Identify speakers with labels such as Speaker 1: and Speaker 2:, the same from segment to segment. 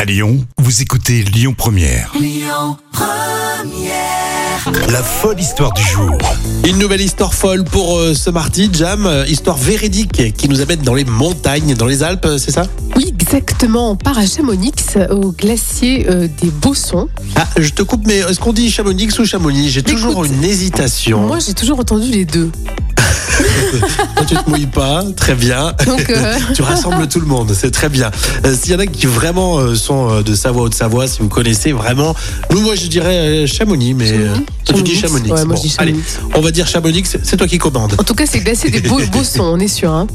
Speaker 1: À Lyon, vous écoutez Lyon Première. La folle histoire du jour.
Speaker 2: Une nouvelle histoire folle pour euh, ce mardi, Jam. euh, Histoire véridique qui nous amène dans les montagnes, dans les Alpes, euh, c'est ça
Speaker 3: Oui, exactement. On part à Chamonix, euh, au glacier euh, des Bossons.
Speaker 2: Ah, je te coupe, mais est-ce qu'on dit Chamonix ou Chamonix J'ai toujours une hésitation.
Speaker 3: Moi, j'ai toujours entendu les deux.
Speaker 2: Toi, tu te mouilles pas, très bien.
Speaker 3: Donc, euh,
Speaker 2: Tu rassembles tout le monde, c'est très bien. Euh, S'il y en a qui vraiment euh, sont euh, de Savoie ou de Savoie, si vous connaissez vraiment, nous, moi, je dirais euh, Chamonix, mais euh, toi, tu dis Chamonix.
Speaker 3: Ouais,
Speaker 2: Bon,
Speaker 3: moi, je dis
Speaker 2: allez,
Speaker 3: Chamonix.
Speaker 2: on va dire Chamonix, c'est toi qui commandes.
Speaker 3: En tout cas, c'est le glacier des Bo- Bossons, on est sûr. Hein.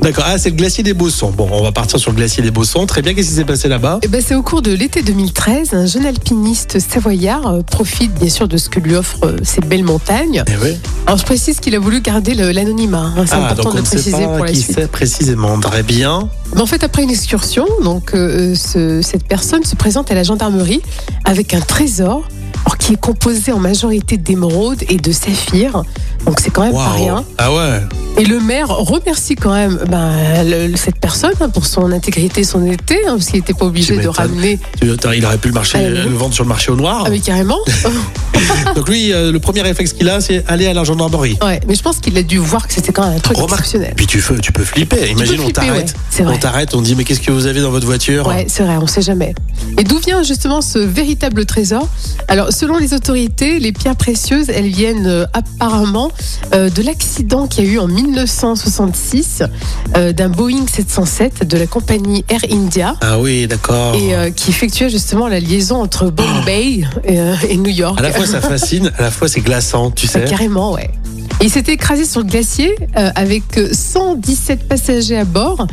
Speaker 2: D'accord, ah, c'est le glacier des Bossons. Bon, on va partir sur le glacier des Bossons. Très bien, qu'est-ce qui s'est passé là-bas
Speaker 3: Eh ben, c'est au cours de l'été 2013, un jeune alpiniste savoyard euh, profite bien sûr de ce que lui offrent euh, ces belles montagnes.
Speaker 2: Eh oui.
Speaker 3: Alors, je précise qu'il a voulu garder le- l'anonymat. hein. C'est
Speaker 2: Ah,
Speaker 3: important
Speaker 2: donc
Speaker 3: de
Speaker 2: on
Speaker 3: le
Speaker 2: ne sait
Speaker 3: préciser
Speaker 2: pas
Speaker 3: pour la
Speaker 2: qui
Speaker 3: suite.
Speaker 2: c'est précisément. Très bien.
Speaker 3: Mais en fait, après une excursion, donc euh, ce- cette personne se présente à la gendarmerie avec un trésor alors, qui est composé en majorité d'émeraudes et de saphirs. Donc c'est quand même pas
Speaker 2: Waouh.
Speaker 3: rien.
Speaker 2: Ah ouais.
Speaker 3: Et le maire remercie quand même ben, le- cette personne hein, pour son intégrité, son honnêteté, hein, parce qu'il n'était pas obligé de
Speaker 2: m'étonnes. Oh.
Speaker 3: ramener.
Speaker 2: Tu- attends, il aurait pu le, marché,
Speaker 3: Ah, oui.
Speaker 2: le vendre sur le marché au noir.
Speaker 3: Ah mais carrément.
Speaker 2: Donc lui, euh, le premier réflexe qu'il a, c'est aller à la gendarmerie.
Speaker 3: ouais, mais je pense qu'il a dû voir que c'était quand même un truc
Speaker 2: Remarque.
Speaker 3: exceptionnel.
Speaker 2: Puis tu, fais- tu peux flipper.
Speaker 3: Tu peux
Speaker 2: Imagine, on
Speaker 3: flipper, ouais.
Speaker 2: t'arrête.
Speaker 3: C'est
Speaker 2: On
Speaker 3: vrai.
Speaker 2: t'arrête, on dit mais qu'est-ce que vous avez dans votre voiture
Speaker 3: Ouais, c'est vrai, on sait jamais. Et d'où vient justement ce véritable trésor Alors, selon les autorités, les pierres précieuses, elles viennent euh, apparemment euh, de l'accident qu'il y a eu en 1966 euh, d'un Boeing 707 de la compagnie Air India.
Speaker 2: Ah oui, d'accord.
Speaker 3: Et euh, qui effectuait justement la liaison entre Bombay et, euh, et New York.
Speaker 2: À la fois ça fascine, à la fois c'est glaçant, tu
Speaker 3: Ah,
Speaker 2: sais.
Speaker 3: carrément, ouais. Et Il s'était écrasé sur le glacier euh, avec euh, 117 passagers à bord,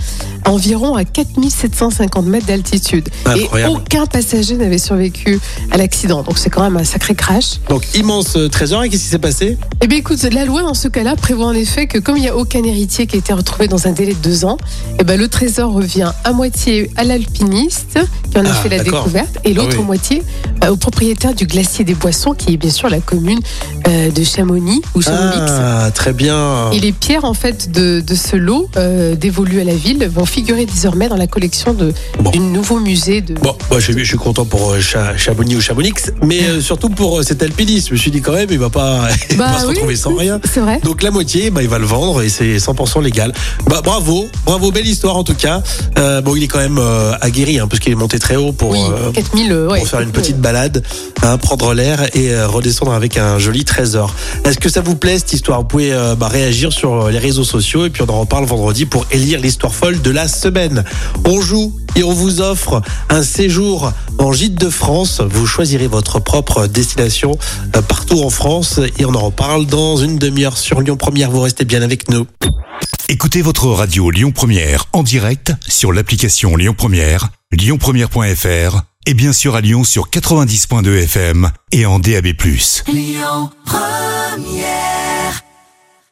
Speaker 3: environ à 4750 mètres d'altitude. Et
Speaker 2: Incroyable.
Speaker 3: aucun passager n'avait survécu à l'accident. Donc c'est quand même un sacré crash.
Speaker 2: Donc immense euh, trésor. Et qu'est-ce qui s'est passé
Speaker 3: Eh bien écoute, la loi dans ce cas-là prévoit en effet que comme il n'y a aucun héritier qui a été retrouvé dans un délai de deux ans, eh ben, le trésor revient à moitié à l'alpiniste qui en a
Speaker 2: Ah,
Speaker 3: fait la
Speaker 2: d'accord.
Speaker 3: découverte et l'autre
Speaker 2: Ah oui.
Speaker 3: moitié euh, au propriétaire du glacier des Boissons qui est bien sûr la commune euh, de Chamonix ou Chamonix.
Speaker 2: Ah, très bien.
Speaker 3: Et les pierres en fait de, de ce lot euh, dévolues à la ville vont figurer désormais dans la collection de
Speaker 2: Bon.
Speaker 3: du nouveau musée de.
Speaker 2: Bon, bah, je, je suis content pour euh, Cha- Chamonix ou Chamonix, mais euh, surtout pour euh, cet alpiniste. Je me suis dit quand même, il va pas, il va
Speaker 3: Bah
Speaker 2: se
Speaker 3: oui.
Speaker 2: retrouver sans rien.
Speaker 3: C'est vrai.
Speaker 2: Donc la moitié, bah, il va le vendre et c'est 100% légal. Bah, bravo, bravo, belle histoire en tout cas. Euh, bon, il est quand même euh, aguerri, hein, parce qu'il est monté très haut pour,
Speaker 3: Oui,
Speaker 2: euh,
Speaker 3: 4000. euh, ouais,
Speaker 2: pour faire une
Speaker 3: 4000,
Speaker 2: petite balade, hein, prendre l'air et euh, redescendre avec un joli trésor. Est-ce que ça vous plaît cette histoire Vous pouvez euh, bah, réagir sur euh, les réseaux sociaux et puis on en reparle vendredi pour élire l'histoire folle de la semaine. On joue et on vous offre un séjour en gîte de France. Vous choisirez votre propre destination euh, partout en France et on en reparle dans une demi-heure sur Lyon Première. Vous restez bien avec nous.
Speaker 1: Écoutez votre radio Lyon Première en direct sur l'application Lyon Première, lyonpremière.fr et bien sûr à Lyon sur 90.2 FM et en DAB+.